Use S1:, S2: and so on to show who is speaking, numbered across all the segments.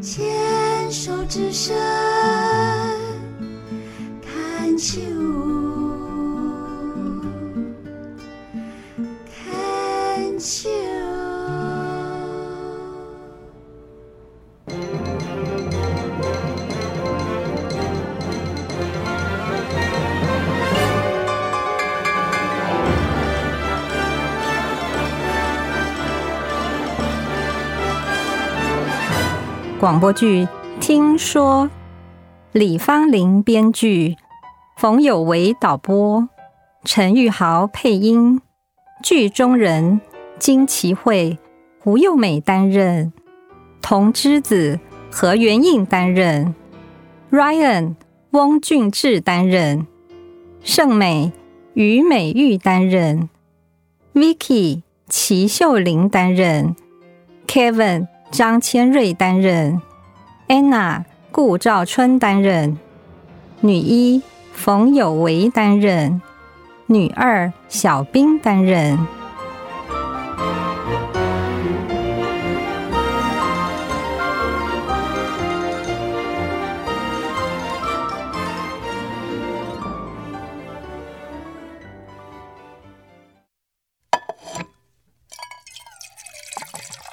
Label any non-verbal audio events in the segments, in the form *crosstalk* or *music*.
S1: 牵手之声，看秋。看秋。
S2: 广播剧《听说》，李芳玲编剧，冯有为导播，陈玉豪配音，剧中人金奇慧、胡幼美担任，童之子何元应担任，Ryan 翁俊志担任，盛美于美玉担任，Vicky 齐秀玲担任，Kevin。张千瑞担任，Anna 顾兆春担任，女一冯有为担任，女二小兵担任。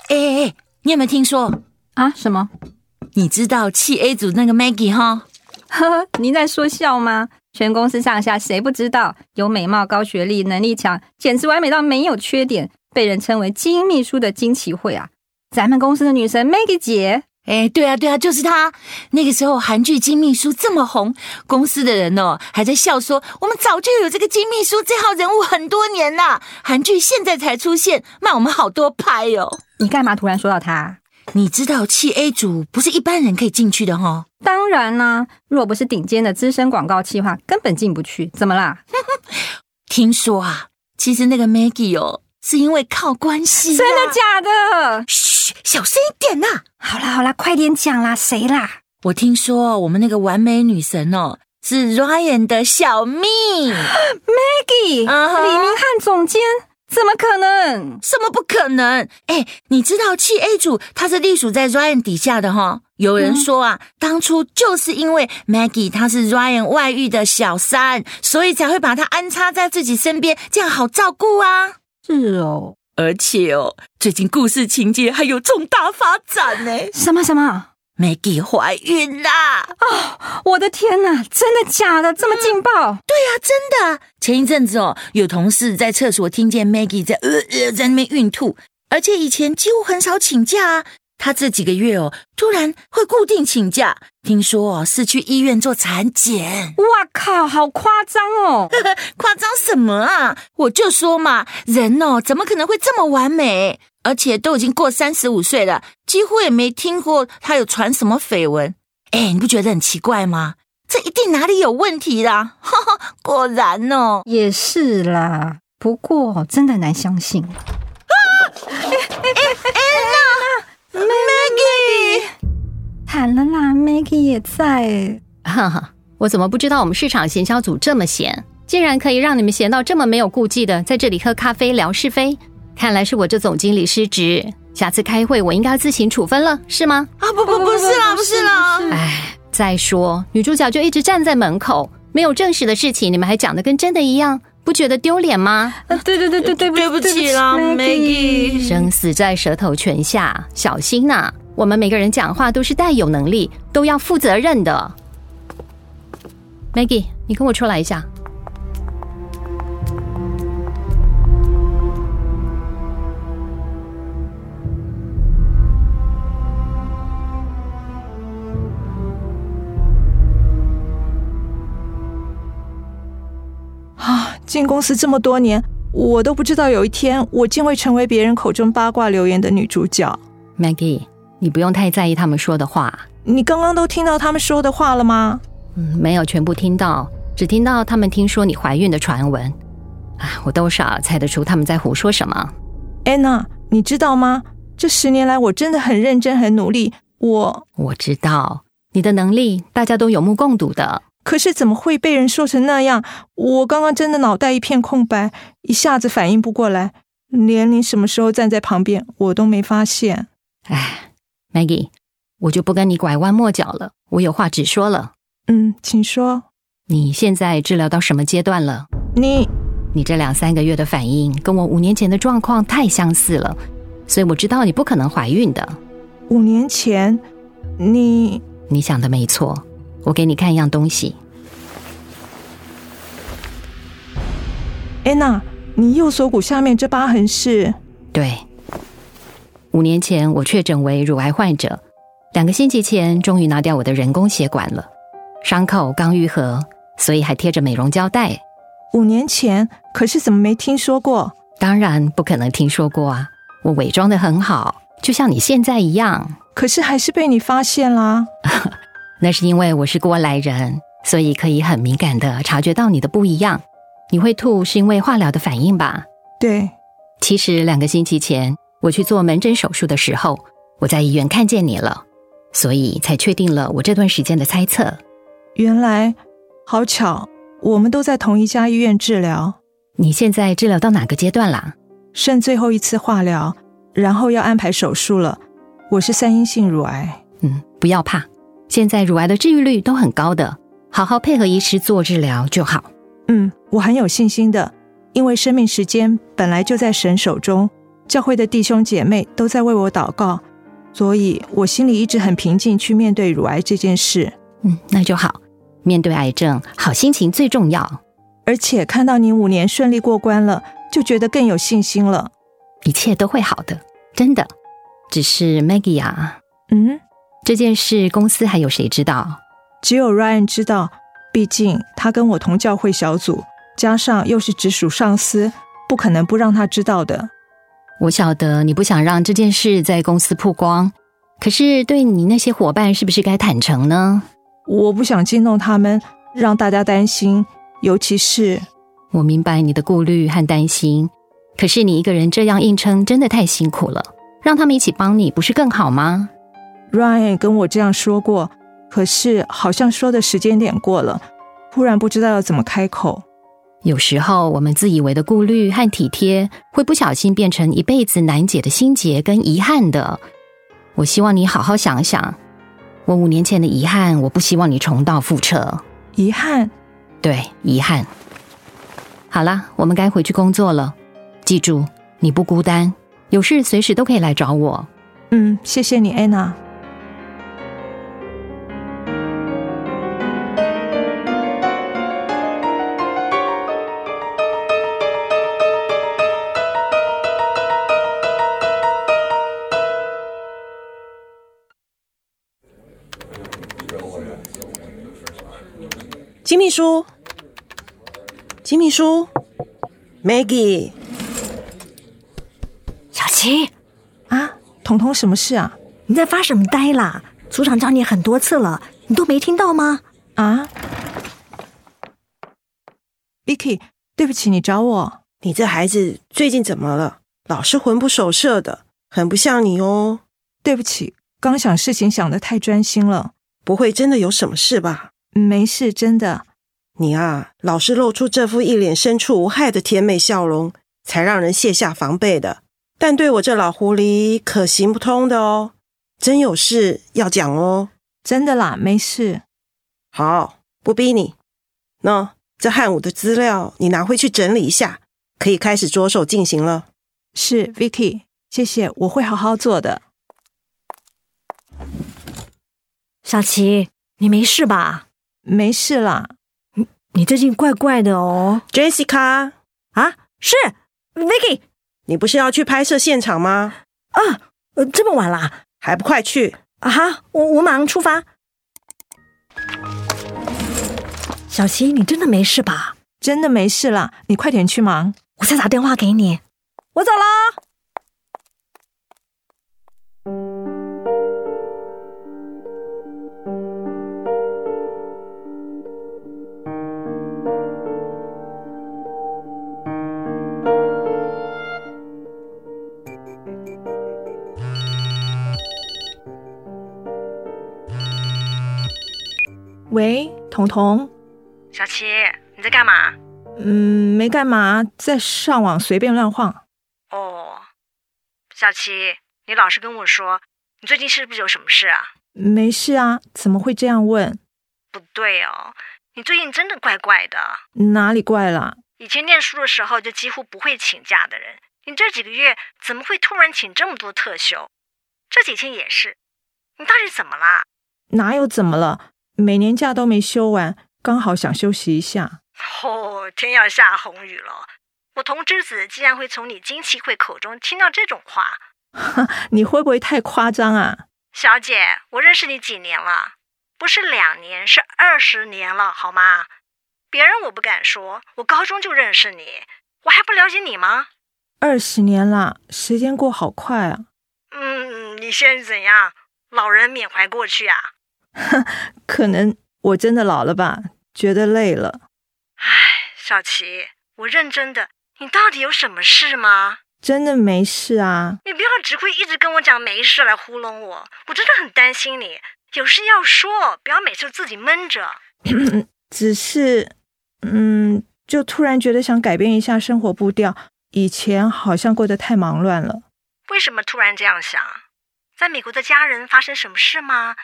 S3: 哎哎哎！你有没有听说？
S2: 啊，什么？ *laughs*
S3: 你知道七 A 组那个 Maggie 哈？
S2: 呵，您在说笑吗？全公司上下谁不知道？有美貌、高学历、能力强，简直完美到没有缺点，被人称为金秘书的金奇慧啊！咱们公司的女神 Maggie 姐，
S3: 哎，对啊，对啊，就是她。那个时候韩剧《金秘书》这么红，公司的人哦还在笑说，我们早就有这个金秘书这号人物很多年啦，韩剧现在才出现，卖我们好多拍哟、哦。
S2: 你干嘛突然说到她？
S3: 你知道七 A 组不是一般人可以进去的哈、哦？
S2: 当然啦、若不是顶尖的资深广告企划，根本进不去。怎么啦？
S3: 听说啊，其实那个 Maggie 哦，是因为靠关系、啊。
S2: 真的假的？
S3: 嘘，小声一点呐、
S2: 好啦好啦，快点讲啦，谁啦？
S3: 我听说我们那个完美女神哦，是 Ryan 的小 *laughs* 蜜。
S2: Maggie，、
S3: 啊哈
S2: 李明翰总监，怎么可能？
S3: 什么不可能？哎，你知道七 A 组它是隶属在 Ryan 底下的哈、有人说啊，当初就是因为 Maggie 她是 Ryan 外遇的小三，所以才会把她安插在自己身边，这样好照顾啊。
S2: 是哦，
S3: 而且哦，最近故事情节还有重大发展呢
S2: 什么什么？
S3: ，Maggie 怀孕啦！
S2: 我的天哪，真的假的？这么劲爆？
S3: 啊，真的啊！前一阵子哦，有同事在厕所听见 Maggie 在呃呃在那边孕吐，而且以前几乎很少请假啊。她这几个月哦，突然会固定请假，听说哦是去医院做产检， *laughs*
S2: 哇靠，好夸张哦！
S3: 夸张什么啊？我就说嘛，人哦怎么可能会这么完美？而且都已经过三十五岁了，几乎也没听过她有传什么绯闻。哎，你不觉得很奇怪吗？这一定哪里有问题啦！ *laughs* 哈哈，果然哦。
S2: 也是啦，不过真的很难相信。
S3: Maggie，
S2: 惨了啦，Maggie 也在耶。
S4: 哈哈， *laughs* 我怎么不知道我们市场行销组这么闲，竟然可以让你们闲到这么没有顾忌的在这里喝咖啡聊是非？看来是我这总经理失职，下次开会我应该自行处分了，是吗？
S3: 啊，不不不是啦，不是啦，
S4: 唉，再说女主角就一直站在门口，没有正式的事情，你们还讲的跟真的一样，不觉得丢脸吗？
S2: 啊， *laughs* 对对对对对不
S3: *laughs* 对不起啦，Maggie。
S4: 生死在舌头拳下，小心呐、我们每个人讲话都是带有能力，都要负责任的。Maggie，你跟我出来一下。
S5: 进公司这么多年，我都不知道有一天我竟会成为别人口中八卦流言的女主角。
S4: Maggie，你不用太在意他们说的话，
S5: 你刚刚都听到他们说的话了吗？
S4: 嗯，没有全部听到，只听到他们听说你怀孕的传闻。啊，我多少猜得出他们在胡说什么。
S5: 安娜，你知道吗？这十年来，我真的很认真，很努力。我
S4: 我知道你的能力，大家都有目共睹的。
S5: 可是怎么会被人说成那样？我刚刚真的脑袋一片空白，一下子反应不过来，连你什么时候站在旁边我都没发现。
S4: 哎，Maggie，我就不跟你拐弯抹角了，我有话直说了。
S5: 嗯，请说。
S4: 你现在治疗到什么阶段了？
S5: 你
S4: 你这两三个月的反应跟我五年前的状况太相似了，所以我知道你不可能怀孕的。
S5: 五年前，你
S4: 你想的没错，我给你看一样东西。
S5: 安娜，你右锁骨下面这疤痕是？
S4: 对，五年前我确诊为乳癌患者，两个星期前终于拿掉我的人工血管了，伤口刚愈合，所以还贴着美容胶带。
S5: 五年前，可是怎么没听说过？
S4: 当然不可能听说过啊，我伪装的很好，就像你现在一样。
S5: 可是还是被你发现啦。
S4: 那是因为我是过来人，所以可以很敏感的察觉到你的不一样。你会吐是因为化疗的反应吧？
S5: 对，
S4: 其实两个星期前我去做门诊手术的时候，我在医院看见你了，所以才确定了我这段时间的猜测。
S5: 原来好巧，我们都在同一家医院治疗，
S4: 你现在治疗到哪个阶段啦？
S5: 剩最后一次化疗，然后要安排手术了。我是三阴性乳癌，
S4: 嗯，不要怕，现在乳癌的治愈率都很高的，好好配合医师做治疗就好。
S5: 嗯，我很有信心的，因为生命时间本来就在神手中，教会的弟兄姐妹都在为我祷告，所以我心里一直很平静去面对乳癌这件事。
S4: 嗯，那就好。面对癌症，好心情最重要，
S5: 而且看到你五年顺利过关了，就觉得更有信心了。
S4: 一切都会好的，真的。只是 Maggie 啊，
S5: 嗯，
S4: 这件事公司还有谁知道？
S5: 只有 Ryan 知道，毕竟他跟我同教会小组，加上又是直属上司，不可能不让他知道的。
S4: 我晓得你不想让这件事在公司曝光，可是对你那些伙伴是不是该坦诚呢？
S5: 我不想惊动他们，让大家担心，尤其是
S4: 我明白你的顾虑和担心，可是你一个人这样硬撑真的太辛苦了，让他们一起帮你不是更好吗？
S5: Ryan 跟我这样说过，可是好像说的时间点过了，突然不知道要怎么开口。
S4: 有时候我们自以为的顾虑和体贴，会不小心变成一辈子难解的心结跟遗憾的。我希望你好好想想，我五年前的遗憾，我不希望你重蹈覆辙。
S5: 遗憾，
S4: 对，遗憾。好啦，我们该回去工作了。记住，你不孤单，有事随时都可以来找我。
S5: 嗯，谢谢你，安娜。
S6: 金秘书，金秘书，Maggie，
S7: 小琪，
S5: 啊，彤彤，什么事啊？
S7: 你在发什么呆啦？组长找你很多次了，你都没听到吗？
S5: 啊，Vicky，对不起，你找我。
S6: 你这孩子最近怎么了？老是魂不守舍的，很不像你哦。
S5: 对不起，刚想事情想的太专心了。
S6: 不会真的有什么事吧？
S5: 没事，真的。
S6: 你啊，老是露出这副一脸深处无害的甜美笑容，才让人卸下防备的。但对我这老狐狸可行不通的哦。真有事要讲哦。
S5: 真的啦，没事。
S6: 好，不逼你。那这汉武的资料你拿回去整理一下，可以开始着手进行了。
S5: 是 Vicky，谢谢，我会好好做的。
S7: 小琪，你没事吧？
S5: 没事啦，
S7: 你最近怪怪的哦。
S6: Jessica，
S7: 啊，是 Vicky
S6: 你不是要去拍摄现场吗？
S7: 啊，呃，这么晚啦？
S6: 还不快去！
S7: 啊哈，我我马上出发。小琪，你真的没事吧？
S5: 真的没事啦，你快点去忙。
S7: 我再打电话给你。我走啦。
S5: 喂，彤彤彤。
S7: 小七，你在干嘛？
S5: 嗯，没干嘛，在上网随便乱晃。
S7: 哦，小七，你老是跟我说，你最近是不是有什么事啊？
S5: 没事啊，怎么会这样问？
S7: 不对哦，你最近真的怪怪的。
S5: 哪里怪啦？
S7: 以前念书的时候就几乎不会请假的人，你这几个月怎么会突然请这么多特休？这几天也是，你到底怎么啦？ *laughs*
S5: 哪有怎么了？每年假都没休完，刚好想休息一下。
S7: 哦，天要下红雨了！我童之子竟然会从你金奇会口中听到这种话，
S5: 你会不会太夸张啊？
S7: 小姐，我认识你几年了？不是两年，是二十年了，好吗？别人我不敢说，我高中就认识你，我还不了解你吗？
S5: 二十年啦，时间过好快啊！
S7: 嗯，你现在怎样？老人缅怀过去啊？
S5: 可能我真的老了吧，觉得累了。
S7: 唉，小琪，我认真的，你到底有什么事吗？
S5: 真的没事啊，
S7: 你不要只会一直跟我讲没事来糊弄我，我真的很担心你。有事要说，不要每次自己闷着。
S5: 只是，嗯，就突然觉得想改变一下生活步调。以前好像过得太忙乱了。
S7: 为什么突然这样想？在美国的家人发生什么事吗？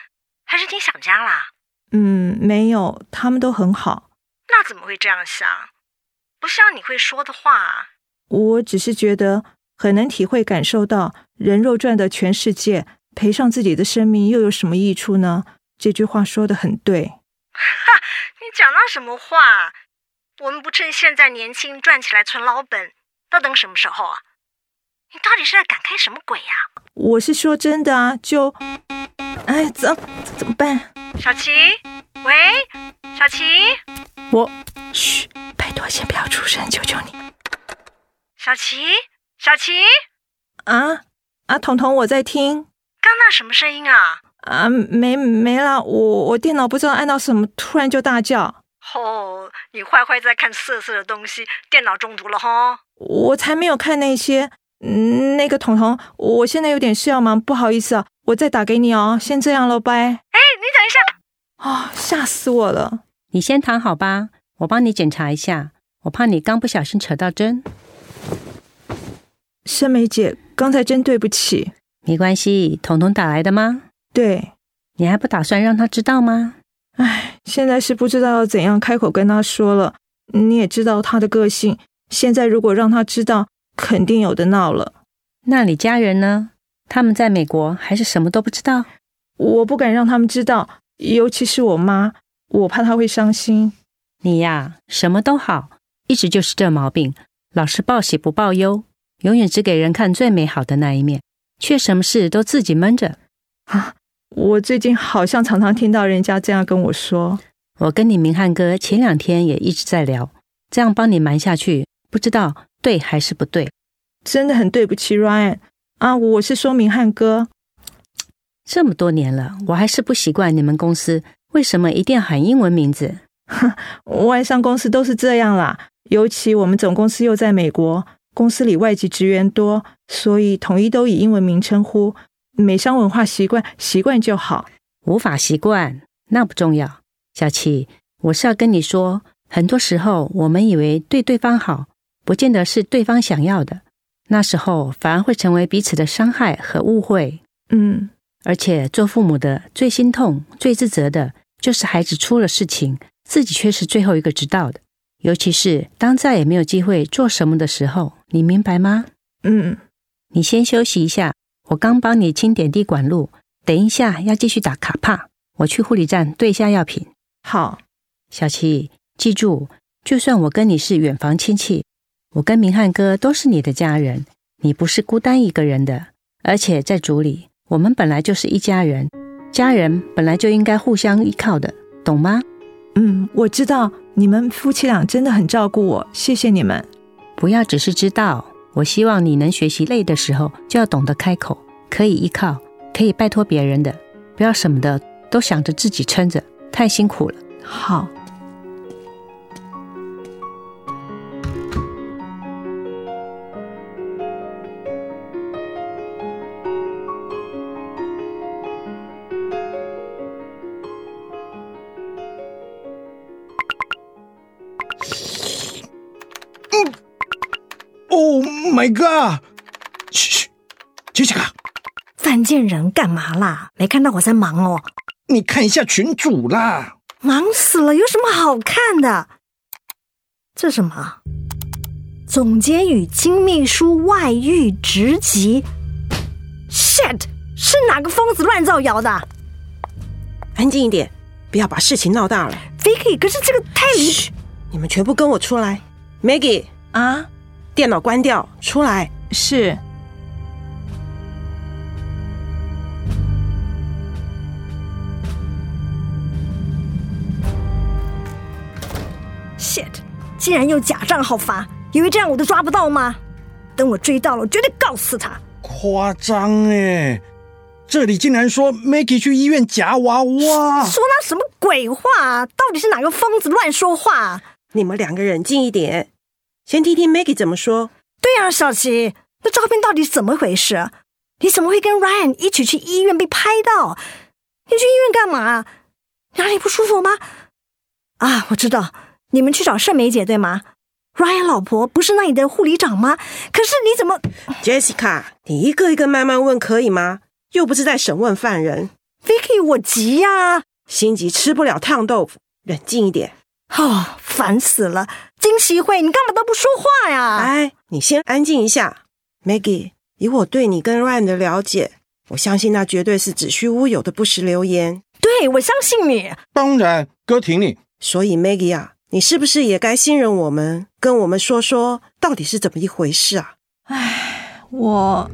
S7: 还是你想家啦？
S5: 嗯，没有，他们都很好。
S7: 那怎么会这样想？不像你会说的话啊。
S5: 我只是觉得很能体会感受到“人肉赚的全世界，赔上自己的生命又有什么益处呢？”这句话说的很对。
S7: 你讲到什么话？我们不趁现在年轻赚起来存老本，那等什么时候啊？你到底是在感慨什么鬼呀、
S5: 我是说真的啊，就，哎，怎怎么办？
S7: 小琪，喂，小琪。
S5: 我，嘘，拜托先不要出声，求求你
S7: 小琪，小琪，
S5: 啊啊！彤彤，我在听
S7: 刚那什么声音啊？
S5: 啊，没没了，我我电脑不知道按到什么，突然就大叫，
S7: 哦，你坏坏在看色色的东西，电脑中毒了哈。
S5: 我才没有看那些。嗯，那个彤彤，我现在有点事要忙，不好意思啊，我再打给你哦，先这样喽，拜。
S7: 哎，你等一下，
S5: 哦，吓死我了！
S4: 你先躺好吧，我帮你检查一下，我怕你刚不小心扯到针。
S5: 申梅姐，刚才真对不起。
S4: 没关系，彤彤打来的吗？
S5: 对，
S4: 你还不打算让他知道吗？
S5: 现在是不知道要怎样开口跟他说了。你也知道他的个性，现在如果让他知道，肯定有的闹了。
S4: 那你家人呢？他们在美国还是什么都不知道？
S5: 我不敢让他们知道，尤其是我妈，我怕她会伤心。
S4: 你呀，什么都好，一直就是这毛病，老是报喜不报忧，永远只给人看最美好的那一面，却什么事都自己闷着。
S5: 我最近好像常常听到人家这样跟我说，
S4: 我跟你明翰哥前两天也一直在聊，这样帮你瞒下去，不知道对还是不对。
S5: 真的很对不起 Ryan 啊，我是说明翰哥，
S4: 这么多年了，我还是不习惯你们公司为什么一定要喊英文名字。
S5: 外商公司都是这样啦。尤其我们总公司又在美国，公司里外籍职员多，所以统一都以英文名称呼。美商文化习惯，习惯就好。
S4: 无法习惯，那不重要。小琪，我是要跟你说，很多时候我们以为对对方好，不见得是对方想要的，那时候反而会成为彼此的伤害和误会。
S5: 嗯，
S4: 而且做父母的最心痛、最自责的，就是孩子出了事情，自己却是最后一个知道的。尤其是当再也没有机会做什么的时候，你明白吗？
S5: 嗯，
S4: 你先休息一下，我刚帮你清点滴管路，等一下要继续打卡帕，我去护理站对一下药品。
S5: 好，
S4: 小琪，记住，就算我跟你是远房亲戚，我跟明翰哥都是你的家人，你不是孤单一个人的。而且在组里，我们本来就是一家人，家人本来就应该互相依靠的，懂吗？
S5: 嗯，我知道你们夫妻俩真的很照顾我，谢谢你们。
S4: 不要只是知道。我希望你能学习累的时候就要懂得开口，可以依靠，可以拜托别人的，不要什么的都想着自己撑着，太辛苦了。
S5: 好，
S8: Oh my god！嘘嘘，Jessica，
S7: 犯贱人干嘛啦？没看到我在忙哦，
S8: 你看一下群主啦。
S7: 忙死了，有什么好看的？这什么？总监与金秘书外遇职级？shit，是哪个疯子乱造谣的
S6: 安静一点，不要把事情闹大了。
S7: ？Vicky，可是这个太离谱。
S6: 你们全部跟我出来，Maggie，
S5: 啊，
S6: 电脑关掉，出来。
S5: 是。
S7: shit，竟然用假账号发，以为这样我都抓不到吗？等我追到了，我绝对告死他！
S8: 夸张哎！这里竟然说 Maggie 去医院夹娃娃，
S7: 说那什么鬼话啊？到底是哪个疯子乱说话啊？
S6: 你们两个冷静一点，先听听 Maggie 怎么说。
S7: 对啊，小琪，那照片到底是怎么回事？你怎么会跟 Ryan 一起去医院被拍到？你去医院干嘛？哪里不舒服吗？啊，我知道，你们去找盛梅姐对吗？Ryan 老婆不是那里的护理长吗？可是你怎么
S6: Jessica，你一个一个慢慢问可以吗？又不是在审问犯人，
S7: ，Vicky，我急呀、
S6: 心急吃不了烫豆腐，冷静一点。
S7: 哦，烦死了！金喜慧，你干嘛都不说话呀？
S6: 哎，你先安静一下，Maggie。以我对你跟 Ryan 的了解，我相信那绝对是子虚乌有的不实留言。
S7: 对，我相信你。
S8: 当然哥挺你。
S6: 所以 Maggie 啊，你是不是也该信任我们，跟我们说说到底是怎么一回事啊？
S5: 我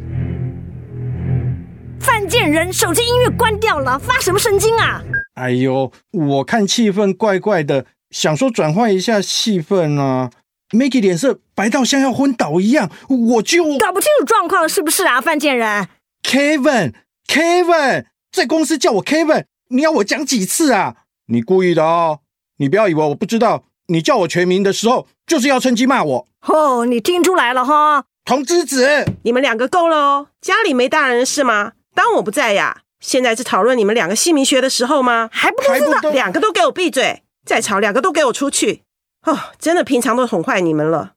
S7: 犯贱人，手机音乐关掉了，发什么神经啊？
S8: 哎呦，我看气氛怪怪的，想说转换一下气氛啊。Maggie 脸色白到像要昏倒一样，我就
S7: 搞不清楚状况是不是啊？犯贱人，
S8: Kevin Kevin 在公司叫我 Kevin，你要我讲几次啊？你故意的哦，你不要以为我不知道，你叫我全名的时候就是要趁机骂我
S7: 哦，你听出来了哈？
S8: 童之子。
S6: 你们两个够了哦！家里没大人的事吗？当我不在呀！现在是讨论你们两个姓名学的时候吗？
S7: 还不
S8: 还
S7: 知
S8: 不
S7: 道
S8: 都
S6: 两个都给我闭嘴！再吵，两个都给我出去！哦，真的平常都宠坏你们了。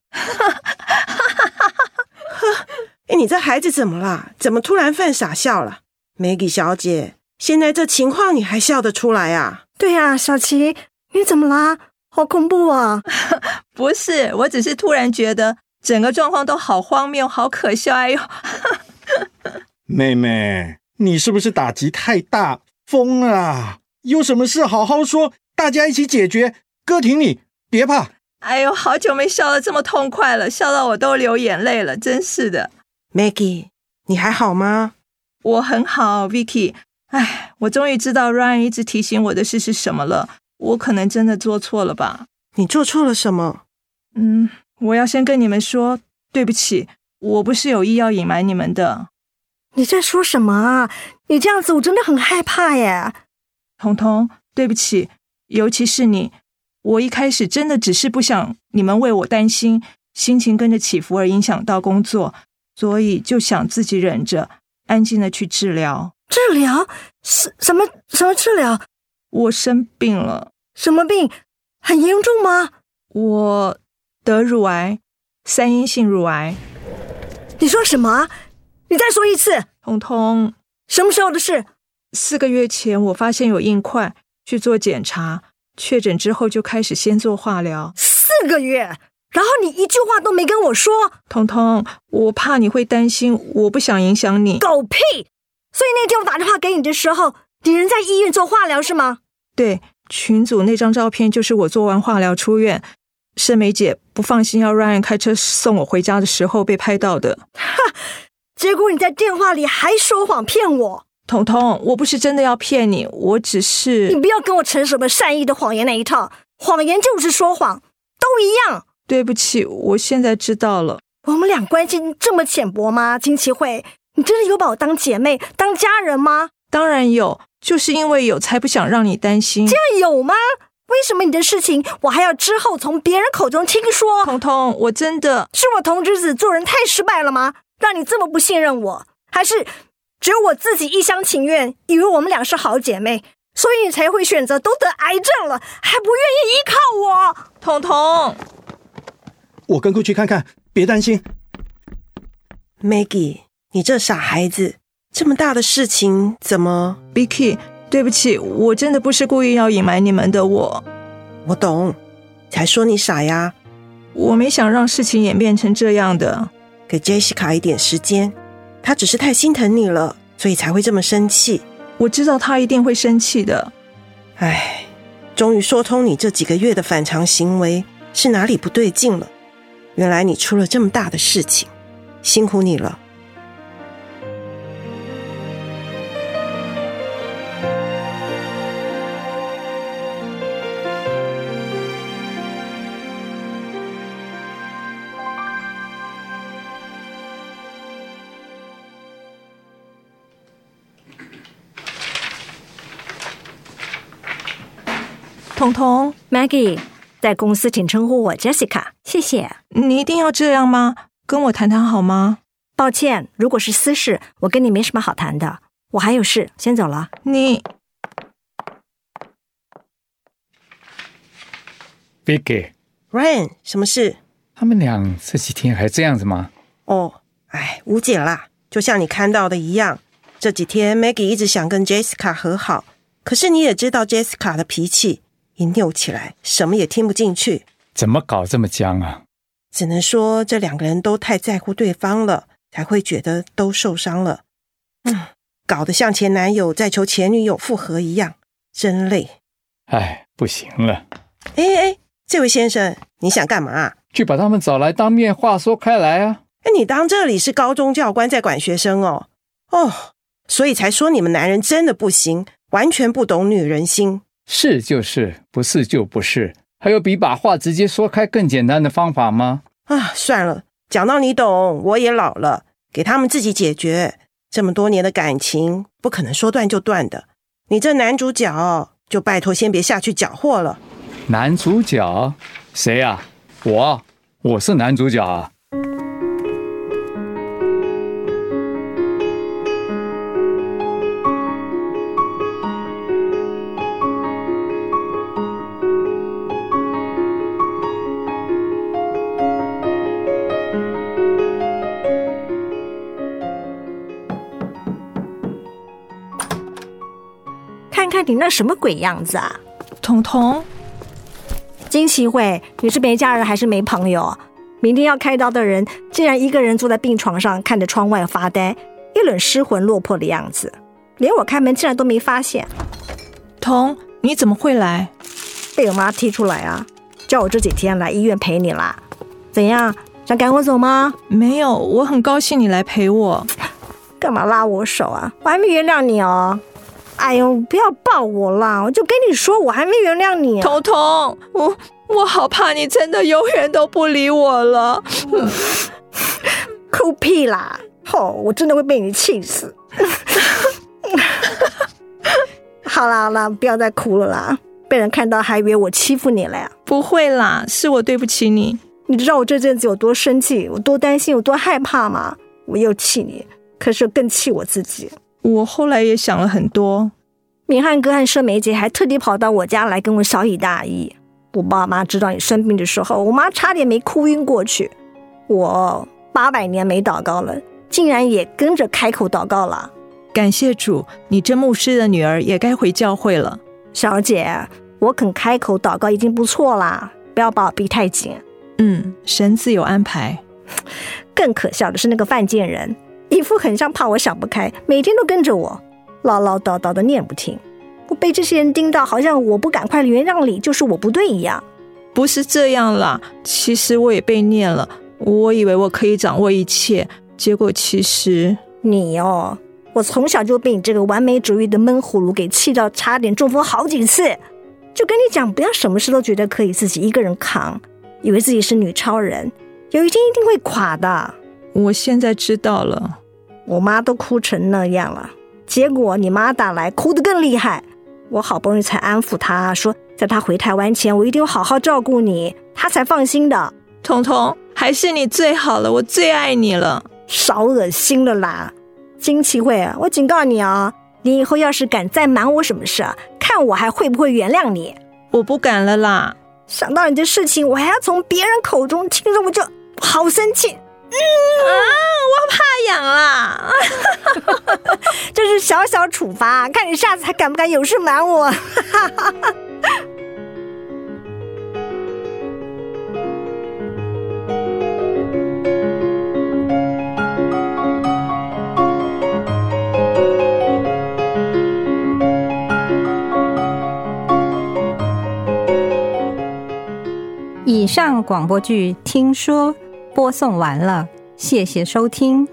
S6: 哎，你这孩子怎么啦？怎么突然犯傻笑了？Maggie 小姐，现在这情况你还笑得出来啊？
S7: 对呀、小琪，你怎么啦？好恐怖啊！
S5: 不是，我只是突然觉得整个状况都好荒谬，好可笑。哎呦，
S8: 妹妹，你是不是打击太大，疯了啊？有什么事好好说，大家一起解决。哥挺你，别怕。
S5: 哎呦，好久没笑得这么痛快了，笑到我都流眼泪了，真是的。
S6: Maggie，你还好吗？
S5: 我很好，Vicky。哎，我终于知道 Ryan 一直提醒我的事是什么了。我可能真的做错了吧？
S6: 你做错了什么？
S5: 嗯，我要先跟你们说对不起，我不是有意要隐瞒你们的。
S7: 你在说什么啊？你这样子我真的很害怕耶！
S5: 彤彤，对不起，尤其是你，我一开始真的只是不想你们为我担心，心情跟着起伏而影响到工作，所以就想自己忍着，安静的去治疗。
S7: 治疗是什么什么治疗？
S5: 我生病了，
S7: 什么病？很严重吗？
S5: 我得乳癌，三阴性乳癌。
S7: 你说什么？啊你再说一次，
S5: 彤彤，
S7: 什么时候的事？
S5: 四个月前我发现有硬块，去做检查，确诊之后就开始先做化疗。
S7: 四个月，然后你一句话都没跟我说，
S5: 彤彤，我怕你会担心，我不想影响你。
S7: 狗屁！所以那天我打电话给你的时候，你人在医院做化疗是吗？
S5: 对，群组那张照片就是我做完化疗出院，盛梅姐不放心要 Ryan 开车送我回家的时候被拍到的。
S7: 结果你在电话里还说谎骗我，
S5: 彤彤，我不是真的要骗你，我只
S7: 你
S5: 是
S7: 不要跟我扯什么善意的谎言那一套，谎言就是说谎，都一样。
S5: 对不起，我现在知道了。
S7: 我们俩关系这么浅薄吗？金奇慧，你真的有把我当姐妹、当家人吗？
S5: 当然有，就是因为有才不想让你担心。
S7: 那有吗？为什么你的事情我还要之后从别人口中听说？
S5: 彤彤，我真的
S7: 是我童之子做人太失败了吗？让你这么不信任我？还是只有我自己一厢情愿，以为我们俩是好姐妹，所以你才会选择都得癌症了还不愿意依靠我？
S5: 彤彤，
S8: 我跟过去看看，别担心。
S6: Maggie，你这傻孩子，这么大的事情怎么？
S5: Vicky，对不起，我真的不是故意要隐瞒你们的，我
S6: 我懂，才说你傻呀。
S5: 我没想让事情演变成这样的。
S6: 给 Jessica 一点时间，她只是太心疼你了，所以才会这么生气。
S5: 我知道他一定会生气的。
S6: 唉，终于说通你这几个月的反常行为是哪里不对劲了。原来你出了这么大的事情，辛苦你了。
S5: 彤彤，
S7: Maggie 在公司请称呼我 Jessica，谢谢。
S5: 你一定要这样吗？跟我谈谈好吗？
S7: 抱歉，如果是私事，我跟你没什么好谈的。我还有事，先走了。
S5: 你
S9: Vicky，
S6: Ryan，什么事？
S9: 他们俩这几天还这样子吗？
S6: 哦，唉，无解啦。就像你看到的一样，这几天 Maggie 一直想跟 Jessica 和好，可是你也知道 Jessica 的脾气，一拗起来什么也听不进去。
S9: 怎么搞这么僵啊？
S6: 只能说这两个人都太在乎对方了，才会觉得都受伤了。嗯，搞得像前男友在求前女友复合一样，真累。
S9: 哎，不行了，
S6: 哎哎，这位先生，你想干嘛、啊
S9: 去把他们找来当面话说开来啊！
S6: 哎，你当这里是高中教官在管学生哦？哦，所以才说你们男人真的不行，完全不懂女人心。
S9: 是就是，不是就不是。还有比把话直接说开更简单的方法吗？
S6: 啊，算了，讲到你懂，我也老了，给他们自己解决。这么多年的感情，不可能说断就断的。你这男主角，就拜托先别下去搅和了。
S9: 男主角谁啊？我啊，我是男主角啊！
S7: 看看你那什么鬼样子啊！
S5: 彤彤，
S7: 金奇慧，你是没家人还是没朋友？明天要开刀的人，竟然一个人坐在病床上看着窗外发呆，一脸失魂落魄的样子，连我开门竟然都没发现，
S5: 彤，你怎么会来？
S7: 被我妈踢出来啊！叫我这几天来医院陪你啦。怎样？想赶我走吗？
S5: 没有，我很高兴你来陪我。
S7: 干嘛拉我手啊？我还没原谅你哦！哎呦，不要抱我啦！我就跟你说，我还没原谅你、啊。
S5: 彤彤，我我好怕你真的永远都不理我了。
S7: 哭屁啦！吼、我真的会被你气死。 *laughs* 好啦好啦，不要再哭了啦，被人看到还以为我欺负你了呀。
S5: 不会啦，是我对不起你。
S7: 你知道我这阵子有多生气，我多担心，有多害怕吗？我又气你，可是更气我自己。
S5: 我后来也想了很多，
S7: 敏汉哥和盛梅姐还特地跑到我家来跟我小以大义。我爸妈知道你生病的时候，我妈差点没哭晕过去。我八百年没祷告了，竟然也跟着开口祷告了。
S5: 感谢主，你这牧师的女儿也该回教会了。
S7: 小姐，我肯开口祷告已经不错啦，不要把我逼太紧。
S5: 嗯，神自有安排。
S7: 更可笑的是那个犯贱人，一副很像怕我想不开，每天都跟着我，唠唠叨叨的念不听。我被这些人盯到，好像我不赶快原谅你就是我不对一样。
S5: 不是这样啦，其实我也被念了，我以为我可以掌握一切，结果其实
S7: 你哦，我从小就被你这个完美主义的闷葫芦给气到，差点中风好几次。就跟你讲，不要什么事都觉得可以自己一个人扛，以为自己是女超人，有一天一定会垮的。
S5: 我现在知道了。
S7: 我妈都哭成那样了，结果你妈打来，哭得更厉害。我好不容易才安抚她，说在她回台湾前，我一定会好好照顾你，她才放心的。
S5: 彤彤，还是你最好了，我最爱你了。
S7: 少恶心了啦！金奇慧啊，我警告你啊，你以后要是敢再瞒我什么事啊，看我还会不会原谅你。
S5: 我不敢了啦。
S7: 想到你的事情，我还要从别人口中听着，我就好生气。我怕痒啦！这是小小处罚，看你下次还敢不敢有事瞒我。
S2: 以上广播剧《听说》播送完了，谢谢收听。